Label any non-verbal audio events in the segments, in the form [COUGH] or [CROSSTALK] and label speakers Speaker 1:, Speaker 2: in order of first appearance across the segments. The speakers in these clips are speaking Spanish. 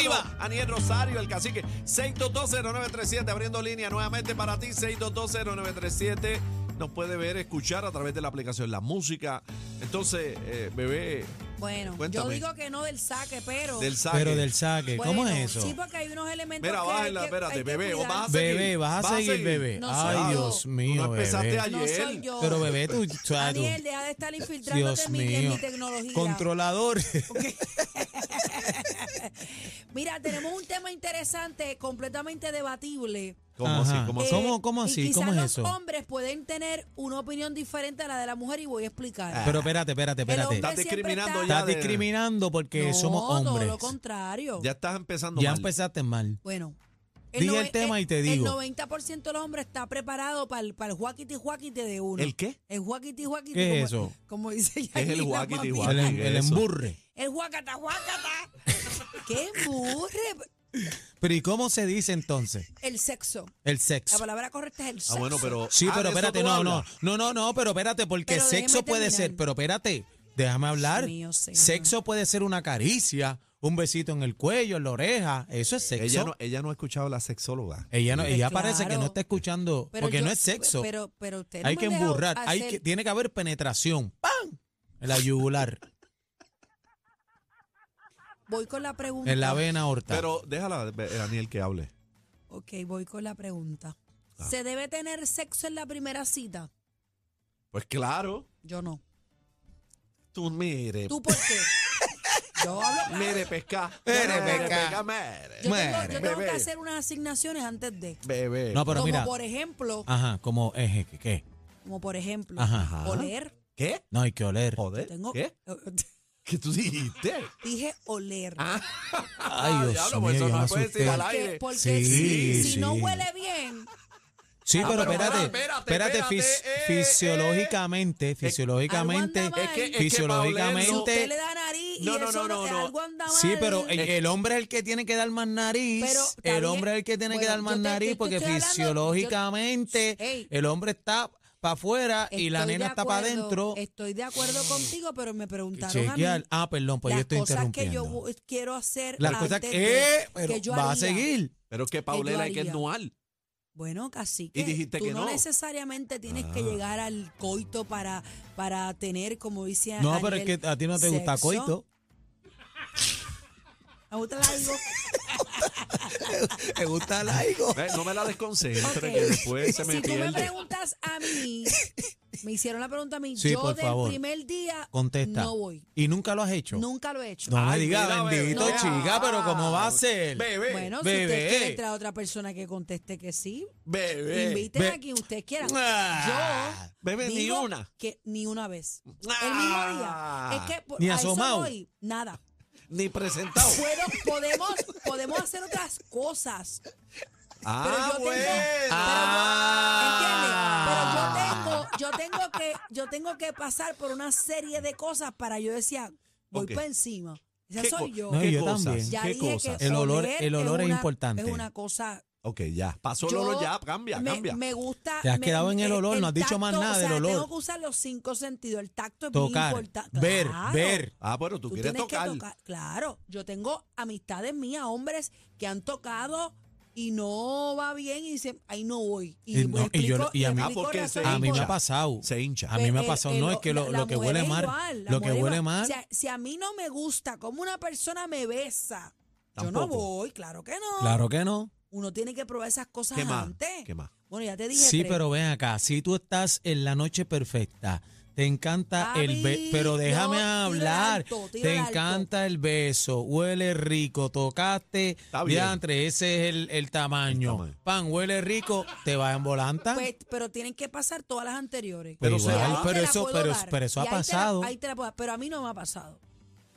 Speaker 1: Saluda a Aniel Rosario, el cacique. 6220937, abriendo línea nuevamente para ti. 6220937. Nos puede ver, escuchar a través de la aplicación La Música. Entonces, eh, bebé,
Speaker 2: Bueno, yo
Speaker 1: Cuéntame.
Speaker 2: digo que no del saque, pero.
Speaker 1: del saque.
Speaker 3: Pero del saque, ¿cómo
Speaker 2: Bueno,
Speaker 3: es eso?
Speaker 2: Sí, porque hay unos elementos.
Speaker 1: Mira,
Speaker 2: que hay
Speaker 1: bájala,
Speaker 2: que-
Speaker 1: espérate,
Speaker 2: hay que
Speaker 1: bebé. o
Speaker 2: cuidar.
Speaker 1: vas a seguir,
Speaker 3: Bebé, vas a seguir, bebé.
Speaker 2: No soy
Speaker 3: Ay,
Speaker 2: yo.
Speaker 3: Dios
Speaker 2: Tú
Speaker 1: Tú
Speaker 3: mío,
Speaker 1: no empezaste
Speaker 3: bebé.
Speaker 1: ayer.
Speaker 2: No soy yo.
Speaker 3: Pero bebé, tú, tú-
Speaker 2: Daniel, deja de estar infiltrándote
Speaker 3: Dios
Speaker 2: en mi, en
Speaker 3: mío.
Speaker 2: mi
Speaker 1: [LAUGHS]
Speaker 2: tecnología. [LAUGHS]
Speaker 3: Controlador.
Speaker 2: Mira, tenemos un tema interesante, completamente debatible. Eh,
Speaker 1: ¿Cómo así?
Speaker 3: Ajá.
Speaker 1: ¿Cómo así?
Speaker 3: ¿Cómo- cómo
Speaker 2: y
Speaker 3: así?
Speaker 2: quizás
Speaker 3: ¿Cómo es
Speaker 2: los
Speaker 3: eso?
Speaker 2: hombres pueden tener una opinión diferente a la de la mujer y voy a explicar.
Speaker 1: Ah.
Speaker 3: Pero espérate, espérate,
Speaker 2: El hombre
Speaker 3: espérate.
Speaker 1: Estás
Speaker 2: siempre
Speaker 1: discriminando
Speaker 2: está-
Speaker 1: ya
Speaker 3: Estás
Speaker 1: de-
Speaker 3: discriminando porque
Speaker 2: No,
Speaker 3: somos
Speaker 2: todo
Speaker 3: hombres.
Speaker 2: lo contrario.
Speaker 1: Ya estás empezando
Speaker 3: Ya
Speaker 1: mal.
Speaker 3: empezaste mal.
Speaker 2: Bueno.
Speaker 3: Dije
Speaker 2: noven-
Speaker 3: el tema y te
Speaker 2: El
Speaker 3: digo.
Speaker 2: 90% de los hombres está preparado para el, para el huaquiti huaquiti de uno.
Speaker 1: ¿El qué?
Speaker 2: El huaquiti huaquiti.
Speaker 3: ¿Qué es
Speaker 2: como-
Speaker 3: eso?
Speaker 2: Como dice
Speaker 1: ¿Qué es el
Speaker 2: Yanira,
Speaker 1: huaquiti,
Speaker 2: mami.
Speaker 1: huaquiti?
Speaker 3: El, em- el
Speaker 1: Eso.
Speaker 3: emburre.
Speaker 2: El huacata huacata. [LAUGHS] ¿Qué emburre?
Speaker 3: Pero ¿y cómo se dice entonces?
Speaker 2: El sexo.
Speaker 3: El
Speaker 2: La
Speaker 3: sexo.
Speaker 2: palabra correcta es el sexo.
Speaker 1: Ah, bueno, pero.
Speaker 3: Sí,
Speaker 1: Ah, ¿de
Speaker 3: pero
Speaker 1: eso
Speaker 3: espérate,
Speaker 1: tú
Speaker 3: no, no,
Speaker 1: hablas?
Speaker 3: no, no, no, pero espérate, porque
Speaker 2: Pero déjeme
Speaker 3: sexo puede ser,
Speaker 2: terminar.
Speaker 3: pero espérate, déjame hablar.
Speaker 2: Dios mío, señor.
Speaker 3: sexo puede ser una caricia, un besito en el cuello, en la oreja, eso es sexo.
Speaker 1: Ella no, ella no ha escuchado a la sexóloga. Mm.
Speaker 3: Ella no,
Speaker 2: Pues
Speaker 3: ella parece que
Speaker 2: claro.
Speaker 3: no está escuchando,
Speaker 2: Pero
Speaker 3: porque
Speaker 2: yo-
Speaker 3: no es sexo.
Speaker 2: Pero, pero usted no
Speaker 3: hay
Speaker 2: me
Speaker 3: que
Speaker 2: han dejado
Speaker 3: emburrar, hay
Speaker 2: hacer-
Speaker 3: que, tiene que haber penetración. ¡Pam! En
Speaker 2: [LAUGHS]
Speaker 3: la yugular,
Speaker 2: Voy con la pregunta.
Speaker 3: en la vena aorta.
Speaker 1: Pero déjala, eh, Daniel, que hable.
Speaker 2: Ok, voy con la pregunta.
Speaker 3: Ah.
Speaker 2: ¿Se debe tener sexo en la primera cita?
Speaker 1: Pues claro.
Speaker 2: Yo no.
Speaker 1: Tú mire.
Speaker 2: ¿Tú por
Speaker 3: [LAUGHS]
Speaker 2: qué? yo hablo claro. [LAUGHS]
Speaker 1: Mire, pesca.
Speaker 3: Mire, pesca.
Speaker 1: mere.
Speaker 2: Yo tengo, yo
Speaker 3: Mere,
Speaker 2: tengo que
Speaker 1: bebé.
Speaker 2: hacer unas asignaciones antes de.
Speaker 1: Bebé.
Speaker 3: no, pero
Speaker 2: como
Speaker 3: mira,
Speaker 2: por ejemplo,
Speaker 3: ajá, como eje, ¿qué? qué?
Speaker 2: como por ejemplo,
Speaker 3: Ajá. ¿Eh?
Speaker 2: oler.
Speaker 1: ¿Qué?
Speaker 3: No hay que oler.
Speaker 1: Joder.
Speaker 2: Tengo,
Speaker 1: ¿Qué? ¿Qué tú dijiste?
Speaker 2: Dije oler.
Speaker 3: Ah, Ay, Dios
Speaker 1: diablo,
Speaker 3: mío,
Speaker 1: pues eso
Speaker 3: yo
Speaker 1: no
Speaker 3: me
Speaker 1: se puede
Speaker 3: asusté.
Speaker 1: decir al aire.
Speaker 2: porque porque
Speaker 3: Sí,
Speaker 2: si, si
Speaker 3: sí.
Speaker 2: no huele bien,
Speaker 3: Sí, pero,
Speaker 1: Ah, pero
Speaker 3: espérate,
Speaker 1: espérate,
Speaker 3: espérate,
Speaker 1: espérate,
Speaker 3: fis-
Speaker 1: eh,
Speaker 3: fisiológicamente, fisiológicamente,
Speaker 2: algo anda mal. Es que-
Speaker 1: es que
Speaker 3: fisiológicamente,
Speaker 1: pa' olerlo-
Speaker 2: usted le da nariz
Speaker 1: No,
Speaker 2: y
Speaker 1: no, no,
Speaker 2: eso
Speaker 1: no, no.
Speaker 2: algo anda mal.
Speaker 3: sí, pero eh, el,
Speaker 2: Pero
Speaker 3: el hombre es el que tiene que dar más nariz,
Speaker 2: está
Speaker 3: el
Speaker 2: bien.
Speaker 3: hombre es el que tiene
Speaker 2: Bueno,
Speaker 3: que dar más
Speaker 2: yo te-
Speaker 3: nariz
Speaker 2: yo te
Speaker 3: porque
Speaker 2: estoy hablando-
Speaker 3: fisiológicamente
Speaker 2: yo- Ey.
Speaker 3: el hombre está para afuera y la
Speaker 2: estoy de
Speaker 3: nena está para
Speaker 2: acuerdo,
Speaker 3: adentro.
Speaker 2: Estoy de acuerdo contigo, pero me preguntaron a
Speaker 3: Chequear.
Speaker 2: mí.
Speaker 3: Ah, perdón, pues yo
Speaker 2: las
Speaker 3: estoy
Speaker 2: cosas que yo
Speaker 3: interrumpiendo.
Speaker 2: bu- quiero hacer
Speaker 3: Las cosas
Speaker 2: antes
Speaker 3: que,
Speaker 2: de-
Speaker 3: eh, pero
Speaker 2: que yo
Speaker 3: va a
Speaker 2: haría.
Speaker 3: seguir.
Speaker 1: Pero es que Paulera hay que
Speaker 2: haría?
Speaker 1: ennuar.
Speaker 2: Bueno, casi que
Speaker 1: Y dijiste
Speaker 2: tú
Speaker 1: que
Speaker 2: no,
Speaker 1: no. Ah.
Speaker 2: necesariamente tienes que llegar al coito para, para tener, como dice
Speaker 3: No,
Speaker 2: Aniel,
Speaker 3: pero es que a ti no te gusta
Speaker 2: sexo. [LAUGHS]
Speaker 3: coito.
Speaker 2: A vos te
Speaker 1: [LAUGHS]
Speaker 2: la digo.
Speaker 3: Te gusta laigo.
Speaker 1: Ve, No me la desconcentre,
Speaker 2: Ok.
Speaker 1: que después
Speaker 2: [LAUGHS]
Speaker 1: se me
Speaker 2: si tú me
Speaker 1: pierde.
Speaker 2: preguntas a mí, me hicieron la pregunta a mí,
Speaker 3: Sí,
Speaker 2: yo
Speaker 3: por
Speaker 2: del
Speaker 3: favor.
Speaker 2: primer día
Speaker 3: Contesta.
Speaker 2: no voy.
Speaker 3: ¿Y nunca lo has hecho?
Speaker 2: Nunca lo he hecho.
Speaker 3: No me
Speaker 1: Ay,
Speaker 3: digas,
Speaker 1: mira, bebé.
Speaker 3: bendito,
Speaker 2: No.
Speaker 3: chica, pero ¿cómo va a ser?
Speaker 1: Bebé.
Speaker 2: bueno, si
Speaker 3: bebé.
Speaker 2: usted quiere entrar a otra persona que conteste que sí,
Speaker 1: Bebé.
Speaker 2: inviten
Speaker 3: Be-
Speaker 2: a quien usted quiera.
Speaker 3: Ah,
Speaker 2: Yo
Speaker 1: bebé, ni
Speaker 2: digo
Speaker 1: una.
Speaker 2: Que ni una vez.
Speaker 1: Ah.
Speaker 2: El mismo día. Es que por-
Speaker 3: Ni
Speaker 2: a eso
Speaker 3: asomao.
Speaker 2: voy, nada.
Speaker 1: Ni presentado.
Speaker 2: Puedo- podemos, podemos hacer otras cosas.
Speaker 1: Ah,
Speaker 2: pero yo
Speaker 1: bueno.
Speaker 2: tengo. pero yo-
Speaker 3: Ah.
Speaker 2: ¿entiendes? Pero yo tengo, yo tengo que, yo tengo que pasar por una serie de cosas para yo decía, voy
Speaker 1: Ok.
Speaker 2: para encima. Esa
Speaker 1: ¿Qué
Speaker 2: soy
Speaker 1: co-
Speaker 2: yo.
Speaker 3: No,
Speaker 1: ¿Qué
Speaker 3: yo
Speaker 1: cosas?
Speaker 3: también.
Speaker 2: ya
Speaker 1: ¿Qué
Speaker 2: dije
Speaker 1: cosas?
Speaker 2: que
Speaker 3: El olor-
Speaker 2: oler
Speaker 3: el olor es
Speaker 2: una-
Speaker 3: importante.
Speaker 2: Es una cosa.
Speaker 1: Ok, ya. Pasó
Speaker 2: yo-
Speaker 1: Lolo, ya. Cambia,
Speaker 2: me,
Speaker 1: cambia.
Speaker 2: Me gusta.
Speaker 3: Te has
Speaker 2: me-
Speaker 3: quedado en el olor, no has dicho más
Speaker 2: tacto,
Speaker 3: nada
Speaker 2: o
Speaker 3: del
Speaker 2: sea,
Speaker 3: olor.
Speaker 2: Tengo que usar los cinco sentidos. El tacto es
Speaker 3: tocar,
Speaker 2: muy importante.
Speaker 3: ver,
Speaker 2: Claro.
Speaker 3: ver.
Speaker 1: Ah, bueno, tú,
Speaker 2: Tú
Speaker 1: quieres
Speaker 2: tienes
Speaker 1: tocar.
Speaker 2: que tocar. Claro, yo tengo amistades mías, hombres que han tocado y no va bien y dicen, ahí no voy.
Speaker 3: Y no, y yo- y a mí-
Speaker 1: Ah, porque se
Speaker 3: A mí me
Speaker 1: hincha.
Speaker 3: ha pasado.
Speaker 1: Se hincha.
Speaker 2: Pues
Speaker 3: A mí
Speaker 2: Eh,
Speaker 3: me ha pasado. No, es que lo, lo que huele mal. Lo que huele mal.
Speaker 2: Si a, si a mí no me gusta cómo una persona me besa, yo no
Speaker 1: Tampoco.
Speaker 2: voy, claro que no.
Speaker 3: Claro que no.
Speaker 2: Uno tiene que probar esas cosas
Speaker 1: ¿Qué más?
Speaker 2: antes.
Speaker 1: ¿Qué más?
Speaker 2: Bueno, ya te dije.
Speaker 3: Sí,
Speaker 2: tres.
Speaker 3: pero ven acá. Si tú estás en la noche perfecta, te encanta el
Speaker 2: Papi,
Speaker 3: beso. Pero
Speaker 2: yo
Speaker 3: déjame
Speaker 2: tiro
Speaker 3: hablar.
Speaker 2: alto, tiro
Speaker 3: te
Speaker 2: alto.
Speaker 3: encanta el beso. Huele rico. Tocaste.
Speaker 1: Está bien.
Speaker 3: diantre, ese es el, el tamaño.
Speaker 1: El tamaño.
Speaker 3: Pan, huele rico. Te va en volanta.
Speaker 2: Pues, pero tienen que pasar todas las anteriores.
Speaker 3: Pero
Speaker 2: Y
Speaker 3: se-
Speaker 2: ahí
Speaker 3: pero
Speaker 2: te la
Speaker 3: eso-
Speaker 2: puedo
Speaker 3: pero-
Speaker 2: dar.
Speaker 3: pero eso
Speaker 2: Y
Speaker 3: ha
Speaker 2: ahí te la-
Speaker 3: pasado.
Speaker 2: ahí te la puedo dar, pero a mí no me ha pasado.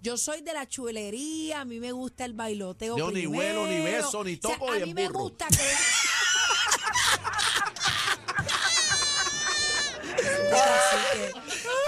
Speaker 2: Yo soy de la chulería, a mí me gusta el bailoteo.
Speaker 1: Yo ni
Speaker 2: primero.
Speaker 1: huelo, ni beso, ni
Speaker 2: O sea,
Speaker 1: toco y
Speaker 2: A mí me
Speaker 1: emburro.
Speaker 2: gusta
Speaker 3: [LAUGHS]
Speaker 2: que. Así que-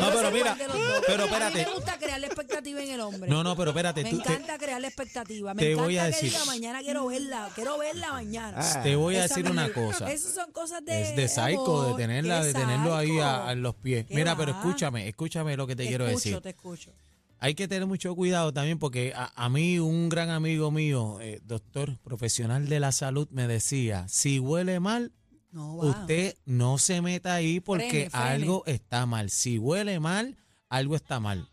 Speaker 3: No,
Speaker 2: yo
Speaker 3: pero
Speaker 2: soy
Speaker 3: mira,
Speaker 2: igual de los dos.
Speaker 3: pero
Speaker 2: A mí
Speaker 3: espérate.
Speaker 2: me gusta crear la expectativa en el hombre.
Speaker 3: No, no, pero espérate.
Speaker 2: Me
Speaker 3: tú- te-
Speaker 2: encanta crear la expectativa. Me
Speaker 3: te
Speaker 2: encanta
Speaker 3: voy a
Speaker 2: que
Speaker 3: decir- Ah,
Speaker 2: diga mañana quiero verla, quiero verla mañana.
Speaker 3: te voy a
Speaker 2: Esa
Speaker 3: decir
Speaker 2: no-
Speaker 3: una cosa.
Speaker 2: Esas son cosas de.
Speaker 3: Es de psycho, de
Speaker 2: amor.
Speaker 3: tenerla,
Speaker 2: Qué
Speaker 3: de tenerlo ahí a,
Speaker 2: psycho.
Speaker 3: a los pies.
Speaker 2: ¿Qué
Speaker 3: Mira, pero
Speaker 2: va?
Speaker 3: escúchame, escúchame lo que te, quiero
Speaker 2: escucho,
Speaker 3: decir.
Speaker 2: Te escucho.
Speaker 3: Hay que tener mucho cuidado también porque a, a mí un gran amigo mío, eh, doctor profesional de la salud, me decía, si huele mal,
Speaker 2: No, va.
Speaker 3: usted no se meta ahí porque
Speaker 2: Frene, frene.
Speaker 3: algo está mal. Si huele mal, algo está mal.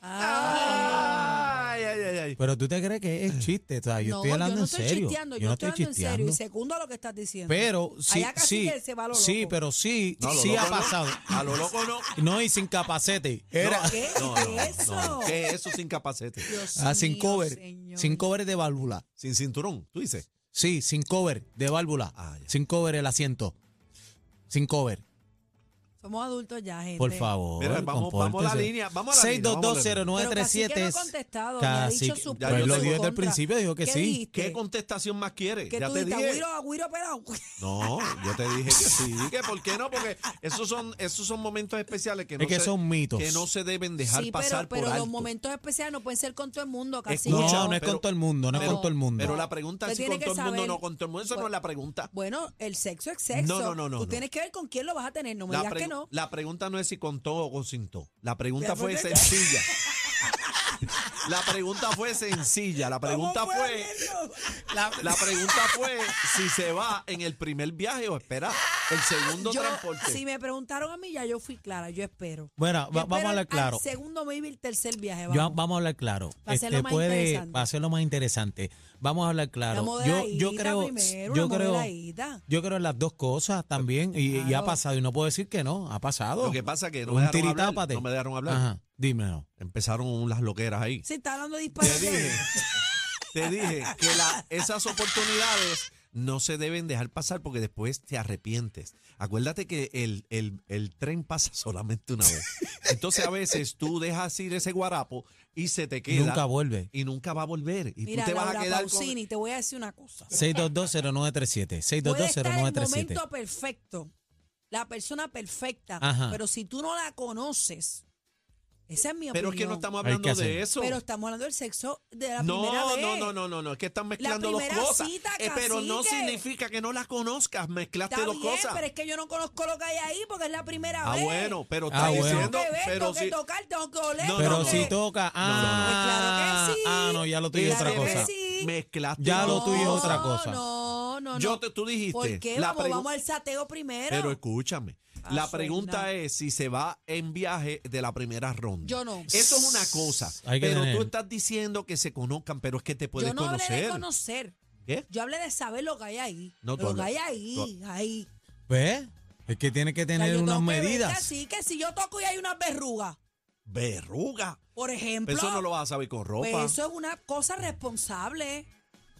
Speaker 2: Ah,
Speaker 1: Ay, ay, ay, ay.
Speaker 3: Pero tú te crees que es chiste, o sea, yo
Speaker 2: no,
Speaker 3: estoy hablando
Speaker 2: yo no
Speaker 3: en
Speaker 2: estoy
Speaker 3: serio.
Speaker 2: chisteando, yo, estoy hablando en serio y secundo lo que estás diciendo.
Speaker 3: Pero sí,
Speaker 2: Allá casi
Speaker 3: sí,
Speaker 2: que se va lo
Speaker 3: sí,
Speaker 2: loco.
Speaker 3: pero sí,
Speaker 1: No, a lo
Speaker 3: sí
Speaker 1: loco
Speaker 3: ha
Speaker 1: no. [LAUGHS]
Speaker 3: pasado.
Speaker 1: A lo loco no.
Speaker 3: No, y sin capacete. Era
Speaker 1: No,
Speaker 2: ¿Qué?
Speaker 1: no,
Speaker 2: ¿Qué
Speaker 1: no,
Speaker 2: es
Speaker 1: no,
Speaker 2: eso?
Speaker 1: ¿Qué es eso sin capacete?
Speaker 2: Dios
Speaker 3: ah, sin
Speaker 2: mío,
Speaker 3: cover,
Speaker 2: señor.
Speaker 3: sin cover de válvula.
Speaker 1: Sin cinturón, tú dices.
Speaker 3: Sí, sin cover de válvula.
Speaker 1: Ah, ya.
Speaker 3: Sin cover el asiento. Sin cover.
Speaker 2: Somos adultos ya, gente.
Speaker 3: Por favor.
Speaker 1: Mira, vamos- vamos a la
Speaker 3: compórtese.
Speaker 1: línea, vamos a la línea, vamos a la línea.
Speaker 2: Pero Cacique
Speaker 3: 6220937
Speaker 2: no ha
Speaker 3: es-
Speaker 2: contestado, ni ha dicho
Speaker 3: Cacique-
Speaker 2: su
Speaker 1: Ya
Speaker 3: pues
Speaker 1: yo
Speaker 3: lo
Speaker 1: soy
Speaker 3: dijo desde el
Speaker 2: contra.
Speaker 3: principio, dijo que
Speaker 2: ¿Qué
Speaker 3: sí.
Speaker 2: dijiste?
Speaker 1: ¿Qué
Speaker 2: Sí.
Speaker 1: contestación más quieres?
Speaker 2: Que
Speaker 1: Ya
Speaker 2: tú
Speaker 1: te
Speaker 2: dijiste,
Speaker 1: dije.
Speaker 2: agüiro, agüiro, pero agüiro.
Speaker 1: No, yo te dije que sí, que por qué no, porque esos son, esos son momentos especiales que no,
Speaker 3: Es que
Speaker 1: se,
Speaker 3: son mitos.
Speaker 1: que no se deben dejar
Speaker 2: sí,
Speaker 1: pasar
Speaker 2: pero, pero
Speaker 1: por
Speaker 2: los
Speaker 1: alto.
Speaker 2: momentos especiales no pueden ser con todo el mundo, casi.
Speaker 1: Escucha,
Speaker 3: no, no es
Speaker 1: pero-
Speaker 3: con todo el mundo, no es
Speaker 1: pero-
Speaker 3: con todo el mundo.
Speaker 1: Pero la pregunta es
Speaker 2: Usted
Speaker 1: si con
Speaker 2: tiene
Speaker 1: todo el
Speaker 2: que
Speaker 1: mundo
Speaker 2: saber-
Speaker 1: no, con todo el mundo, eso no es la pregunta.
Speaker 2: Bueno, el sexo es sexo.
Speaker 1: No, no, no, no,
Speaker 2: Tú
Speaker 1: no.
Speaker 2: tienes que ver con quién lo vas a tener, no me
Speaker 1: La,
Speaker 2: digas que
Speaker 1: pregu-
Speaker 2: no.
Speaker 1: la pregunta no es si contó o con sin to. La pregunta
Speaker 2: Ya,
Speaker 1: fue
Speaker 2: porque- [LAUGHS]
Speaker 1: sencilla. La pregunta fue sencilla. La pregunta
Speaker 2: ¿Cómo
Speaker 1: fue.
Speaker 2: hacerlo?
Speaker 1: La, la pregunta fue si se va en el primer viaje o espera el segundo
Speaker 2: Yo,
Speaker 1: transporte.
Speaker 2: si me preguntaron a mí, ya yo fui clara, yo espero.
Speaker 3: Bueno,
Speaker 2: Yo
Speaker 3: va- vamos
Speaker 2: espero
Speaker 3: a hablar
Speaker 2: al
Speaker 3: claro.
Speaker 2: segundo, maybe el tercer viaje.
Speaker 3: Yo-
Speaker 2: Vamos.
Speaker 3: vamos a hablar claro. Este,
Speaker 2: Va a ser lo más interesante.
Speaker 3: va a ser lo más interesante. Vamos a hablar claro.
Speaker 2: Una
Speaker 3: Yo, yo
Speaker 2: moderadita
Speaker 3: creo,
Speaker 2: primero,
Speaker 3: yo
Speaker 2: una
Speaker 3: creo,
Speaker 2: moderadita.
Speaker 3: yo creo en las dos cosas también y, y ha
Speaker 2: Claro.
Speaker 3: pasado y no puedo decir que no, ha pasado.
Speaker 1: Lo que pasa que no
Speaker 3: Un
Speaker 1: me dejaron hablar.
Speaker 3: tiritápate.
Speaker 1: No me dejaron hablar.
Speaker 3: Ajá, dímelo.
Speaker 1: Empezaron las loqueras ahí.
Speaker 2: Se está hablando
Speaker 1: Te
Speaker 2: disparate.
Speaker 1: dije, te dije que la- esas oportunidades no se deben dejar pasar porque después te arrepientes. Acuérdate que el, el- el tren pasa solamente una vez. Entonces a veces tú dejas ir ese guarapo y se te queda.
Speaker 3: Nunca vuelve.
Speaker 1: Y nunca va a volver. Y
Speaker 2: Mira,
Speaker 1: tú te vas
Speaker 2: Laura
Speaker 1: a quedar con-
Speaker 2: Pausini, te voy a decir una cosa.
Speaker 3: 6220937.
Speaker 2: Puede estar el
Speaker 3: 6220937.
Speaker 2: momento perfecto, la persona perfecta,
Speaker 3: Ajá.
Speaker 2: pero si tú no la conoces, esa es mi
Speaker 1: Pero
Speaker 2: opinión.
Speaker 1: es que no estamos
Speaker 3: Hay que
Speaker 1: hablando
Speaker 3: hacer.
Speaker 1: de eso.
Speaker 2: Pero estamos hablando del sexo de la
Speaker 1: no,
Speaker 2: primera vez.
Speaker 1: no, no, no, no, no, es que están mezclando dos
Speaker 2: primera
Speaker 1: cosas.
Speaker 2: cita,
Speaker 1: Eh, pero no
Speaker 2: cacique.
Speaker 1: significa que no las conozcas, mezclaste
Speaker 2: Está
Speaker 1: dos
Speaker 2: bien,
Speaker 1: cosas.
Speaker 2: pero es que yo no conozco lo que hay ahí porque es la primera
Speaker 1: Ah,
Speaker 2: vez.
Speaker 1: bueno, pero
Speaker 3: Ah,
Speaker 1: está
Speaker 3: bueno.
Speaker 2: Tengo
Speaker 1: diciendo,
Speaker 2: que ver,
Speaker 1: pero
Speaker 2: tengo que
Speaker 1: si
Speaker 2: tocar, tengo que oler.
Speaker 1: No,
Speaker 2: tengo
Speaker 3: Pero
Speaker 1: no,
Speaker 3: si
Speaker 2: que-
Speaker 1: no.
Speaker 3: toca, ah,
Speaker 2: Pues claro que sí.
Speaker 3: ah, no, ya lo tuyo es
Speaker 2: Claro
Speaker 3: otra
Speaker 2: que
Speaker 3: cosa.
Speaker 2: sí.
Speaker 1: mezclaste
Speaker 3: Ya
Speaker 1: dos
Speaker 3: lo tuyo es
Speaker 2: No,
Speaker 1: cosas.
Speaker 3: otra cosa.
Speaker 2: No, no, no.
Speaker 1: Yo te- tú dijiste,
Speaker 2: ¿Por qué?
Speaker 1: la
Speaker 2: vamos,
Speaker 1: pregu-
Speaker 2: vamos al sateo primero.
Speaker 1: Pero escúchame, la
Speaker 2: Ah,
Speaker 1: pregunta
Speaker 2: suena.
Speaker 1: es si se va en viaje de la primera ronda.
Speaker 2: Yo no.
Speaker 1: Eso es una cosa,
Speaker 3: Hay que
Speaker 1: pero tú
Speaker 3: tener-
Speaker 1: estás diciendo que se conozcan, pero es que te puedes
Speaker 2: yo no hablé de
Speaker 1: conocer.
Speaker 2: conocer.
Speaker 1: ¿Qué?
Speaker 2: Yo hablé de saber lo que hay ahí.
Speaker 1: No, tú
Speaker 2: lo que
Speaker 1: hablas-
Speaker 2: hay ahí, ahí.
Speaker 3: ¿Ves? Es que tiene que
Speaker 2: O sea,
Speaker 3: tener
Speaker 2: yo
Speaker 3: unas
Speaker 2: tengo que ver que
Speaker 3: medidas.
Speaker 2: Así que si yo toco y hay unas verrugas,
Speaker 1: Verruga.
Speaker 2: por ejemplo.
Speaker 1: Eso no lo vas a saber con ropa.
Speaker 2: pues eso es una cosa responsable.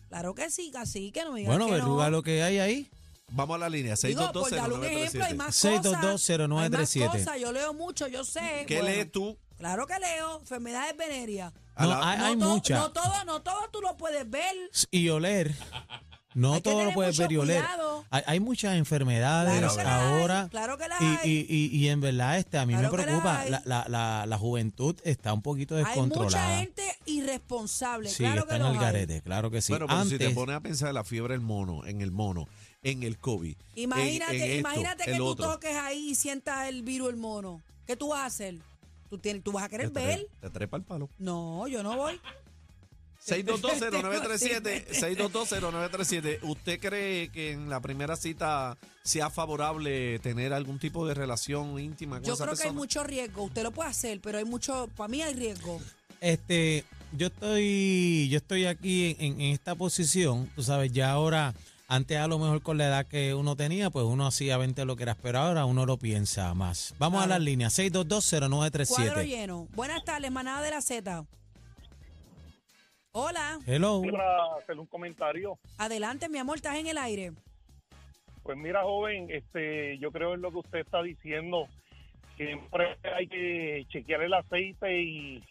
Speaker 2: Claro que sí, así que no me digas
Speaker 3: Bueno,
Speaker 2: que
Speaker 3: verruga
Speaker 2: no.
Speaker 3: lo que hay ahí.
Speaker 1: Vamos a la línea,
Speaker 2: Digo, por darle un ejemplo, hay
Speaker 1: 6220937.
Speaker 2: más
Speaker 3: 6220937.
Speaker 2: cosas. Hay más cosas, yo leo mucho, yo sé.
Speaker 1: ¿Qué
Speaker 2: bueno.
Speaker 1: lees tú?
Speaker 2: Claro que leo, enfermedades venéreas.
Speaker 1: A
Speaker 3: No,
Speaker 1: la-
Speaker 3: hay, hay
Speaker 2: todo-
Speaker 3: muchas.
Speaker 2: No todo, no todo tú lo puedes ver.
Speaker 3: y oler. No
Speaker 2: Hay que
Speaker 3: todo lo
Speaker 2: tener
Speaker 3: puedes
Speaker 2: mucho
Speaker 3: ver y oler.
Speaker 2: cuidado.
Speaker 3: Hay, hay muchas enfermedades
Speaker 2: Claro que las hay,
Speaker 3: ahora.
Speaker 2: claro que las
Speaker 3: y,
Speaker 2: hay.
Speaker 3: y- y- y en verdad, este, a mí
Speaker 2: Claro
Speaker 3: me
Speaker 2: que las
Speaker 3: preocupa.
Speaker 2: hay.
Speaker 3: La, la, la- la juventud está un poquito
Speaker 2: Hay mucha
Speaker 3: descontrolada.
Speaker 2: gente irresponsable.
Speaker 3: sí,
Speaker 2: claro
Speaker 3: está
Speaker 2: que
Speaker 3: en
Speaker 2: los
Speaker 3: el
Speaker 2: hay.
Speaker 3: garete, claro que sí.
Speaker 1: Bueno, pero si
Speaker 3: Antes,
Speaker 1: te pones a pensar en la fiebre del mono, en el mono, en el COVID. en-
Speaker 2: Imagínate,
Speaker 1: en esto,
Speaker 2: imagínate que
Speaker 1: el
Speaker 2: tú
Speaker 1: otro.
Speaker 2: toques ahí y sientas el virus el mono. ¿Qué tú vas a hacer? ¿Tú, tienes, tú vas a
Speaker 1: Te
Speaker 2: querer
Speaker 1: tre-
Speaker 2: ver?
Speaker 1: Te trepa el palo.
Speaker 2: No, yo no voy. [LAUGHS]
Speaker 1: 6220937, 6220937. ¿Usted cree que en la primera cita sea favorable tener algún tipo de relación íntima con
Speaker 2: Yo
Speaker 1: esa
Speaker 2: creo que hay
Speaker 1: persona?
Speaker 2: mucho riesgo. Usted lo puede hacer, pero hay mucho. Para mí hay riesgo.
Speaker 3: este, yo estoy, yo estoy aquí en, en esta posición. Tú sabes, ya ahora, antes a lo mejor con la edad que uno tenía, pues uno hacía 20 lo que era, pero ahora uno lo piensa más. Vamos a
Speaker 2: Claro.
Speaker 3: las líneas,
Speaker 2: Cuadro
Speaker 3: 6220937.
Speaker 2: lleno. Buenas tardes, manada de la Z. Hola.
Speaker 3: Hello.
Speaker 4: para hacer un comentario.
Speaker 2: Adelante, mi amor, estás en el aire.
Speaker 4: Pues mira, joven, este, yo creo en lo que usted está diciendo. Siempre hay que chequear el aceite y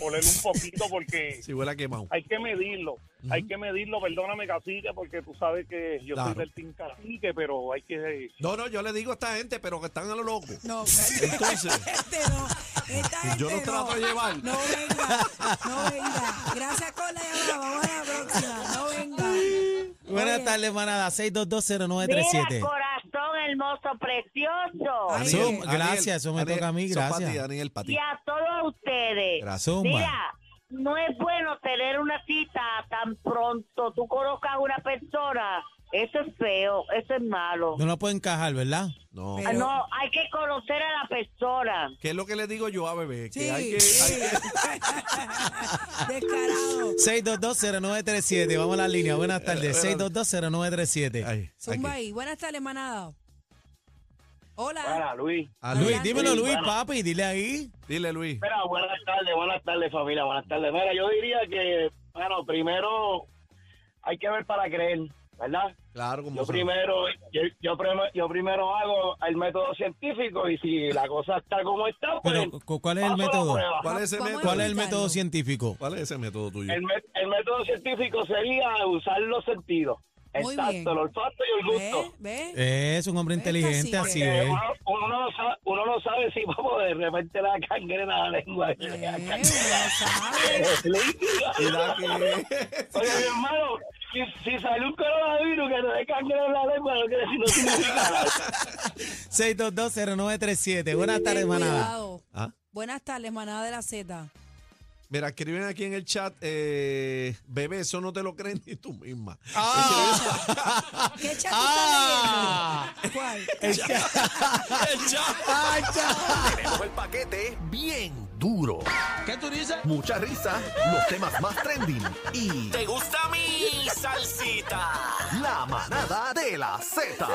Speaker 4: oler un poquito
Speaker 1: [LAUGHS]
Speaker 4: porque
Speaker 1: Si huele a quemado.
Speaker 4: hay que medirlo. Hay que medirlo, perdóname, cacique, porque tú sabes que yo
Speaker 1: Claro.
Speaker 4: soy del team cacique, pero hay que...
Speaker 1: No, no, yo le digo a esta gente, pero que están a lo loco. [LAUGHS]
Speaker 2: No,
Speaker 1: Entonces,
Speaker 2: Este no, esta
Speaker 1: [LAUGHS]
Speaker 2: gente
Speaker 1: yo los trato de llevar.
Speaker 2: No venga, no venga. Gracias con la llamada. Vamos a la próxima. No venga.
Speaker 3: Buenas
Speaker 2: Oye,
Speaker 3: tardes, manada.
Speaker 5: Mira,
Speaker 3: 6220937.
Speaker 5: corazón hermoso, precioso.
Speaker 2: [LAUGHS] Ay,
Speaker 1: Ah,
Speaker 3: Eso, gracias, eso me toca a mí,
Speaker 1: eso es pa' ti,
Speaker 3: gracias.
Speaker 1: Daniel, pa' ti.
Speaker 5: Y a todos
Speaker 6: ustedes.
Speaker 1: Gracias.
Speaker 3: Zumba.
Speaker 6: Mira, no es bueno tener una cita tan pronto. Tú colocas a una persona. Eso es feo, eso es malo.
Speaker 3: No la pueden encajar, ¿verdad?
Speaker 1: No.
Speaker 6: Ah, No, hay que conocer a la persona.
Speaker 1: ¿Qué es lo que le digo yo a bebé? Que
Speaker 2: Sí.
Speaker 1: hay que.
Speaker 2: sí.
Speaker 1: hay que-
Speaker 2: [LAUGHS] Descarado.
Speaker 3: 6220937, vamos a la línea. Buenas tardes.
Speaker 1: Ay,
Speaker 3: 6220937.
Speaker 1: hay
Speaker 2: Zumba
Speaker 1: que-
Speaker 2: ahí. Buenas tardes, manada. Hola.
Speaker 7: Para Luis.
Speaker 1: Ah,
Speaker 3: Luis,
Speaker 2: Adelante.
Speaker 3: dímelo, Luis,
Speaker 7: Bueno.
Speaker 3: papi, dile ahí.
Speaker 1: Dile, Luis.
Speaker 7: Mira, buenas tardes, buenas tardes familia, buenas tardes. Mira, yo diría que, bueno, primero hay que ver para creer, ¿verdad?
Speaker 1: Claro, como
Speaker 7: Yo primero, yo, yo primero, yo primero hago el método científico y si la cosa está como está, pues
Speaker 3: Pero, ¿cu- ¿cuál es el
Speaker 7: paso la
Speaker 3: método?
Speaker 7: prueba.
Speaker 1: ¿Cuál es ese
Speaker 2: Vamos a
Speaker 1: método?
Speaker 3: ¿Cuál es el
Speaker 2: Explícalo.
Speaker 3: método científico?
Speaker 1: ¿Cuál es ese método tuyo?
Speaker 7: El, mé- el método científico sería usar los sentidos,
Speaker 2: Muy
Speaker 7: el tacto,
Speaker 2: bien. ¿Eh?
Speaker 7: el olfato y el
Speaker 2: ¿Ves?
Speaker 7: gusto.
Speaker 2: ¿Ves?
Speaker 1: Eh.
Speaker 3: Es un hombre
Speaker 2: Esta sí
Speaker 3: inteligente, así
Speaker 2: que-
Speaker 7: Eh,
Speaker 3: es.
Speaker 7: uno, uno no sabe, uno no sabe si vamos de repente la cangrena a la lengua.
Speaker 2: Eh, uno sabe.
Speaker 1: Y la
Speaker 7: [LAUGHS]
Speaker 1: que-
Speaker 7: Oye, mi hermano, si, si sale un coronavirus que te dé cáncer en la lengua, no quiere decir no significa nada.
Speaker 3: 6220937. Buenas tardes,
Speaker 2: Ten
Speaker 3: manada.
Speaker 2: cuidado.
Speaker 1: Ah,
Speaker 2: Buenas tardes, manada de la Z.
Speaker 1: Mira, escriben aquí en el chat, eh, bebé, eso no te lo crees [LAUGHS] ni tú misma.
Speaker 2: ¿Qué chat
Speaker 3: Ah.
Speaker 2: tú estás leyendo? ¿Cuál?
Speaker 1: El chat.
Speaker 8: Tenemos el paquete bien duro. ¿Qué tú dices? Mucha risa, los temas más trending y... ¿Te gusta mi salsita? La manada de la Z.